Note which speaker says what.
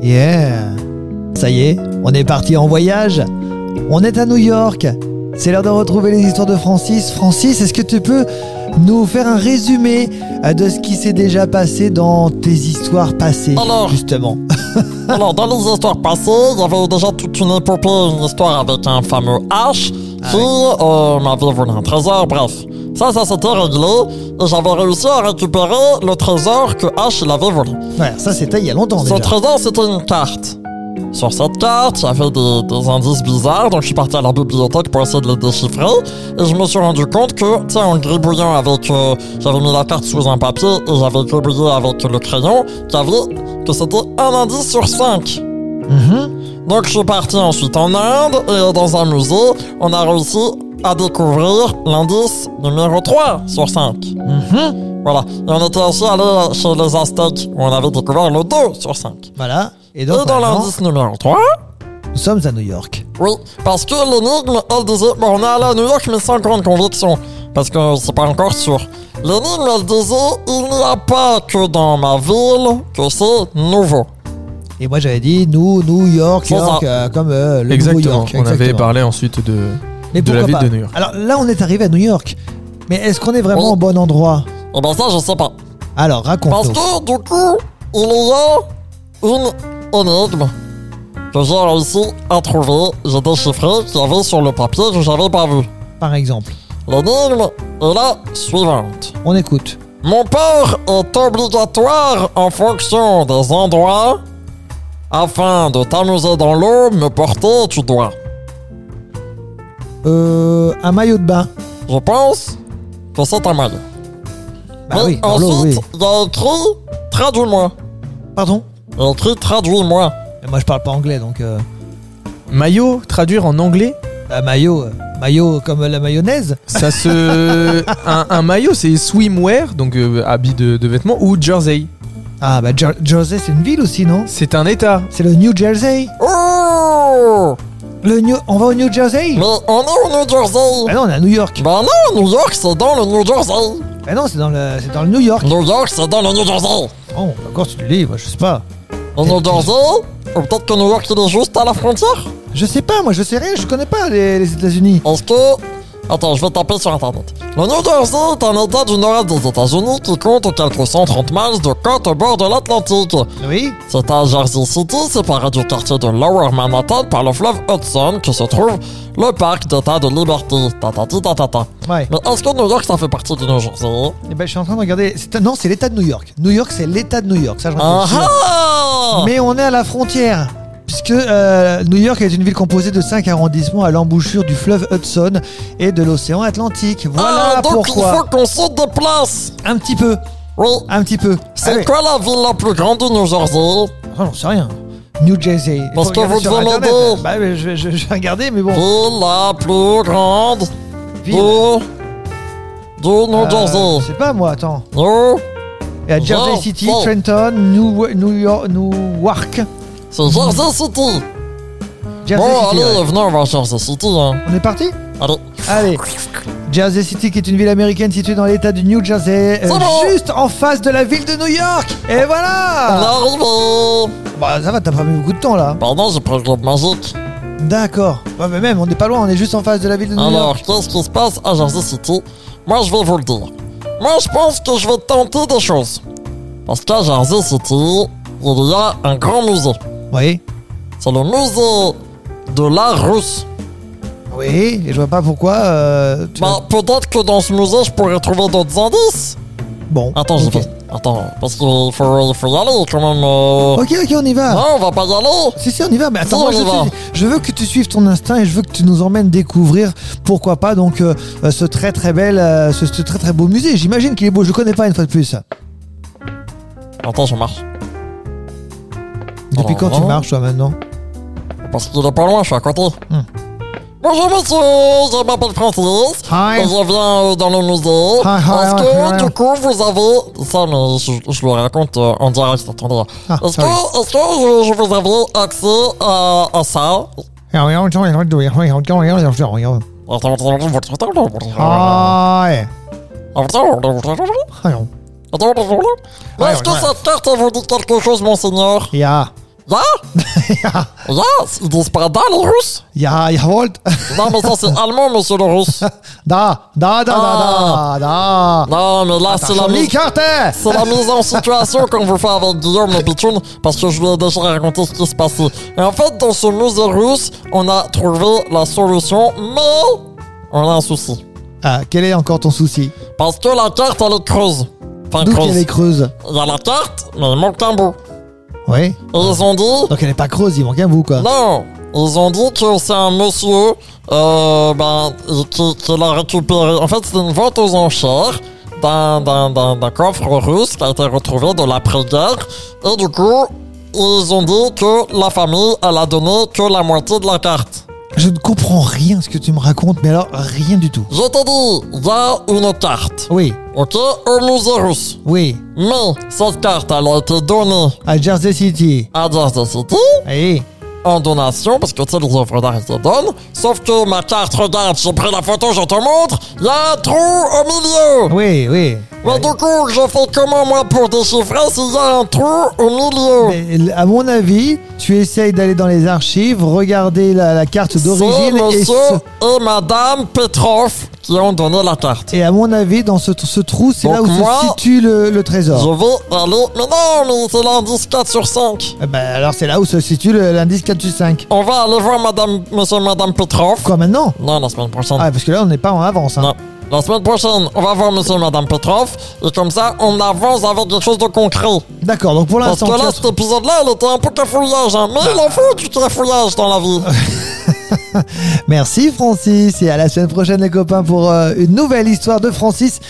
Speaker 1: Yeah Ça y est, on est parti en voyage On est à New York C'est l'heure de retrouver les histoires de Francis. Francis, est-ce que tu peux nous faire un résumé euh, de ce qui s'est déjà passé dans tes histoires passées,
Speaker 2: Alors.
Speaker 1: justement
Speaker 2: Alors, dans les histoires passées, il y avait déjà toute une épopée, une histoire avec un fameux H qui euh, m'avait volé un trésor, bref. Ça, ça s'était réglé et j'avais réussi à récupérer le trésor que H il avait volé.
Speaker 1: Voilà, ça c'était il y a longtemps
Speaker 2: Ce
Speaker 1: déjà.
Speaker 2: trésor, c'était une carte. Sur cette carte, il y avait des, des indices bizarres, donc je suis parti à la bibliothèque pour essayer de les déchiffrer. Et je me suis rendu compte que, tu sais, en gribouillant avec. euh, j'avais mis la carte sous un papier et j'avais gribouillé avec le crayon, qu'il y avait- que c'était un indice sur cinq.
Speaker 1: Mhm.
Speaker 2: Donc je suis parti ensuite en Inde et dans un musée, on a réussi à découvrir l'indice numéro 3 sur 5.
Speaker 1: Mhm.
Speaker 2: Voilà. Et on était aussi allé chez les Aztèques où on avait découvert le 2 sur 5.
Speaker 1: Voilà. Et
Speaker 2: Et
Speaker 1: donc,
Speaker 2: dans
Speaker 1: maintenant,
Speaker 2: l'indice numéro 3
Speaker 1: nous sommes à New York.
Speaker 2: Oui, parce que l'énigme, elle disait, bon, on est allé à New York, mais sans grande conviction, parce que c'est pas encore sûr. L'énigme, elle disait, il n'y a pas que dans ma ville que c'est nouveau.
Speaker 1: Et moi j'avais dit, nous, New York,
Speaker 2: C'est ça.
Speaker 1: York, euh, comme euh, le New
Speaker 3: Exactement.
Speaker 1: York.
Speaker 3: On avait
Speaker 1: exactement.
Speaker 3: parlé ensuite de.
Speaker 1: Mais
Speaker 3: de la
Speaker 1: pourquoi
Speaker 3: ville
Speaker 1: pas
Speaker 3: de New York.
Speaker 1: Alors là, on est arrivé à New York. Mais est-ce qu'on est vraiment
Speaker 2: Oh.
Speaker 1: au bon endroit
Speaker 2: Et ben ça, je sais pas.
Speaker 1: Alors,
Speaker 2: Parce
Speaker 1: raconte-nous.
Speaker 2: que du coup, il y a une énigme que j'ai réussi à trouver, j'ai déchiffré, qu'il y avait sur le papier que j'avais pas vu.
Speaker 1: Par exemple,
Speaker 2: L'énigme est la suivante.
Speaker 1: on écoute.
Speaker 2: Mon port est obligatoire en fonction des endroits. Afin de t'amuser dans l'eau, me porter, tu dois.
Speaker 1: Euh, un maillot de bain.
Speaker 2: Je pense que c'est un mal. Oh,
Speaker 1: Bah oui, dans l'eau, oui.
Speaker 2: ensuite, il y a écrit traduis-moi.
Speaker 1: Pardon
Speaker 2: Il y a écrit traduis-moi.
Speaker 1: Mais Moi, je parle pas anglais, donc euh,
Speaker 3: Maillot, traduire en anglais,
Speaker 1: bah, maillot, euh, maillot comme la mayonnaise.
Speaker 3: ça se. un, un maillot, c'est swimwear, donc euh, habit de, de vêtements, ou jersey.
Speaker 1: Ah bah Jer- Jersey, c'est une ville aussi, non
Speaker 3: C'est un état.
Speaker 1: C'est le New Jersey.
Speaker 2: Oh!
Speaker 1: Le New, on va au New Jersey.
Speaker 2: Mais on est au New
Speaker 1: Ah
Speaker 2: Jersey.
Speaker 1: non, on est à New York.
Speaker 2: Bah non, New York, c'est dans le New Jersey.
Speaker 1: Ah non, c'est dans le, c'est dans le New York.
Speaker 2: New York, c'est dans le New Jersey.
Speaker 1: Oh, encore tu le lis, moi je sais pas.
Speaker 2: Le New Jersey, ou peut-être que New York, il est juste à la frontière.
Speaker 1: Je sais pas, moi je sais rien, je connais pas les, les États-Unis.
Speaker 2: Est-ce que... Attends, je vais taper sur Internet. Le New Jersey est un état du nord-est des États-Unis qui compte quelques 130 miles de côte au bord de l'Atlantique.
Speaker 1: Oui.
Speaker 2: C'est à Jersey City, séparé du quartier de Lower Manhattan par le fleuve Hudson, que se trouve le parc d'État de Liberté. Tatati tatata.
Speaker 1: Ouais.
Speaker 2: Mais est-ce que New York, ça fait partie du New Jersey
Speaker 1: Eh ben, je suis en train de regarder. C'est- Non, c'est l'État de New York. New York, c'est l'État de New York. Ça, je
Speaker 2: Ah
Speaker 1: rappelle.
Speaker 2: ah
Speaker 1: Mais on est à la frontière. Puisque euh, New York est une ville composée de cinq arrondissements à l'embouchure du fleuve Hudson et de l'océan Atlantique. Voilà
Speaker 2: Ah, donc il faut
Speaker 1: pourquoi. Ah
Speaker 2: qu'on se déplace.
Speaker 1: Un petit peu,
Speaker 2: Oui.
Speaker 1: un petit peu.
Speaker 2: C'est
Speaker 1: Allez.
Speaker 2: quoi la ville la plus grande du New Jersey
Speaker 1: Ah, J'en sais rien. New Jersey. Il
Speaker 2: Parce
Speaker 1: faut
Speaker 2: que
Speaker 1: regarder
Speaker 2: vous
Speaker 1: sur
Speaker 2: devez
Speaker 1: Internet.
Speaker 2: l'aider.
Speaker 1: Bah, mais je, vais- je- je vais regarder, mais bon.
Speaker 2: Ville la plus grande
Speaker 1: Ville.
Speaker 2: du, du New
Speaker 1: Euh,
Speaker 2: Jersey.
Speaker 1: je sais pas moi, attends.
Speaker 2: New-
Speaker 1: Il y a Jersey
Speaker 2: Bon,
Speaker 1: City,
Speaker 2: bon.
Speaker 1: Trenton, New, New York, Newark.
Speaker 2: C'est Jersey City.
Speaker 1: Jersey
Speaker 2: Bon,
Speaker 1: City.
Speaker 2: allez,
Speaker 1: ouais.
Speaker 2: venez, on va à Jersey City. Hein.
Speaker 1: On est parti
Speaker 2: Allez.
Speaker 1: Allez. Jersey City, qui est une ville américaine située dans l'État du New Jersey, euh,
Speaker 2: C'est bon.
Speaker 1: juste en face de la ville de New York. Et
Speaker 2: On
Speaker 1: voilà
Speaker 2: est arrivé.
Speaker 1: Bah ça va, t'as pas mis beaucoup de temps là.
Speaker 2: Pardon, j'ai pris le globe magique.
Speaker 1: D'accord. Ouais, mais même, on n'est pas loin, on est juste en face de la ville de New
Speaker 2: Alors,
Speaker 1: York.
Speaker 2: qu'est-ce qui se passe Ah, à Jersey City Moi, je vais vous le dire. Moi, je pense que je vais tenter des choses. Parce qu'à Jersey City, il y a un grand musée.
Speaker 1: Oui.
Speaker 2: C'est le musée de l'art russe.
Speaker 1: Oui, et je vois pas pourquoi. euh, tu
Speaker 2: Bah,
Speaker 1: vas-
Speaker 2: peut-être que dans ce musée, je pourrais trouver d'autres indices.
Speaker 1: Bon.
Speaker 2: Attends, j'y
Speaker 1: ok.
Speaker 2: vais. Attends, parce qu'il faut, il faut y aller quand même. euh.
Speaker 1: Ok, ok, on y va.
Speaker 2: Non, on va pas y aller.
Speaker 1: Si, si, on y va. Mais attends,
Speaker 2: Si,
Speaker 1: moi,
Speaker 2: on
Speaker 1: je,
Speaker 2: y
Speaker 1: te
Speaker 2: va.
Speaker 1: dis, je veux que tu suives ton instinct et je veux que tu nous emmènes découvrir, pourquoi pas, donc, euh, euh, ce très très bel, euh, ce, ce très très beau musée. J'imagine qu'il est beau, je le connais pas une fois de plus.
Speaker 2: Attends, je marche.
Speaker 1: Depuis
Speaker 2: Alors,
Speaker 1: quand tu
Speaker 2: vraiment
Speaker 1: marches, toi, maintenant
Speaker 2: Parce qu'il est pas loin, je suis à côté.
Speaker 1: Hmm.
Speaker 2: Bonjour monsieur, je m'appelle Francis.
Speaker 1: Hi.
Speaker 2: Et je viens euh, dans le musée.
Speaker 1: Hi, hi,
Speaker 2: Est-ce
Speaker 1: hi,
Speaker 2: que
Speaker 1: hi, hi.
Speaker 2: du coup vous avez... Ça mais je, je le raconte euh, en direct, attendez.
Speaker 1: Ah,
Speaker 2: Est-ce
Speaker 1: sorry.
Speaker 2: que, est-ce que je, je vous avais accès à, à ça
Speaker 1: Ah. Hi. Ah,
Speaker 2: Est-ce que cette carte elle vous dit quelque chose monseigneur
Speaker 1: Yeah.
Speaker 2: Ja? Ja, de Spradal russe
Speaker 1: Ja, jawohl.
Speaker 2: Non, mais ça, c'est allemand, monsieur le russe.
Speaker 1: Da, da, da, da, da,
Speaker 2: Ah.
Speaker 1: da.
Speaker 2: Non, mais là, c'est la
Speaker 1: Johnny
Speaker 2: musique.
Speaker 1: Carter
Speaker 2: C'est la mise en situation qu'on vous fait avec Guillaume le Pitoun, parce que je lui ai déjà raconté ce qui se passait. Et en fait, dans ce musée russe, on a trouvé la solution, mais on a un souci.
Speaker 1: Ah, quel est encore ton souci
Speaker 2: Parce que la carte, elle est creuse. Enfin,
Speaker 1: Donc
Speaker 2: creuse.
Speaker 1: elle est creuse.
Speaker 2: Il y a la carte, mais il manque un bout.
Speaker 1: Oui.
Speaker 2: Et ils ont dit,
Speaker 1: Donc elle est pas creuse, il manque un bout, quoi.
Speaker 2: Non, ils ont dit que c'est un monsieur euh, ben, qui, qui l'a récupéré. En fait, c'est une vente aux enchères d'un, d'un, d'un, d'un coffre russe qui a été retrouvé de l'après-guerre. Et du coup, ils ont dit que la famille, elle a donné que la moitié de la carte.
Speaker 1: Je ne comprends rien à ce que tu me racontes, mais alors rien du tout.
Speaker 2: Je te dis, il y a une carte,
Speaker 1: Oui,
Speaker 2: ok, au musée russe.
Speaker 1: oui.
Speaker 2: Mais cette carte, elle a été donnée
Speaker 1: À Jersey City.
Speaker 2: à Jersey City
Speaker 1: Oui.
Speaker 2: en donation, parce que tu sais, les œuvres d'art, ils te donnent. Sauf que ma carte, regarde, j'ai pris la photo, je te montre, il y a un trou au milieu.
Speaker 1: Oui, oui.
Speaker 2: Mais du coup, je fais comment, moi, pour déchiffrer s'il y a un trou au milieu
Speaker 1: Mais, l- à mon avis, tu essayes d'aller dans les archives, regarder la, la carte
Speaker 2: C'est
Speaker 1: d'origine et,
Speaker 2: monsieur
Speaker 1: ce-
Speaker 2: et madame Petrov qui ont donné la carte.
Speaker 1: et à mon avis, dans ce, ce trou, c'est là où
Speaker 2: Donc moi-
Speaker 1: se situe le, le
Speaker 2: Je
Speaker 1: trésor.
Speaker 2: vais aller... Mais non, mais c'est l'indice 4 sur 5.
Speaker 1: Eh ben, alors c'est là où se situe le- l'indice 4 sur 5.
Speaker 2: On va aller voir madame, monsieur et madame Petrov.
Speaker 1: Quoi maintenant
Speaker 2: Non, la semaine prochaine.
Speaker 1: Ah, parce que là, on n'est pas en avance. Hein.
Speaker 2: Non. La semaine prochaine, on va voir monsieur et madame Petrov. Et comme ça, on avance avec quelque chose de concret.
Speaker 1: D'accord, donc pour
Speaker 2: Parce que
Speaker 1: l'instant, tu
Speaker 2: là,
Speaker 1: as-
Speaker 2: cet épisode-là, il était un peu cafouillage, hein. Mais il en faut du cafouillage dans la vie.
Speaker 1: merci Francis et à la semaine prochaine les copains pour euh, une nouvelle histoire de Francis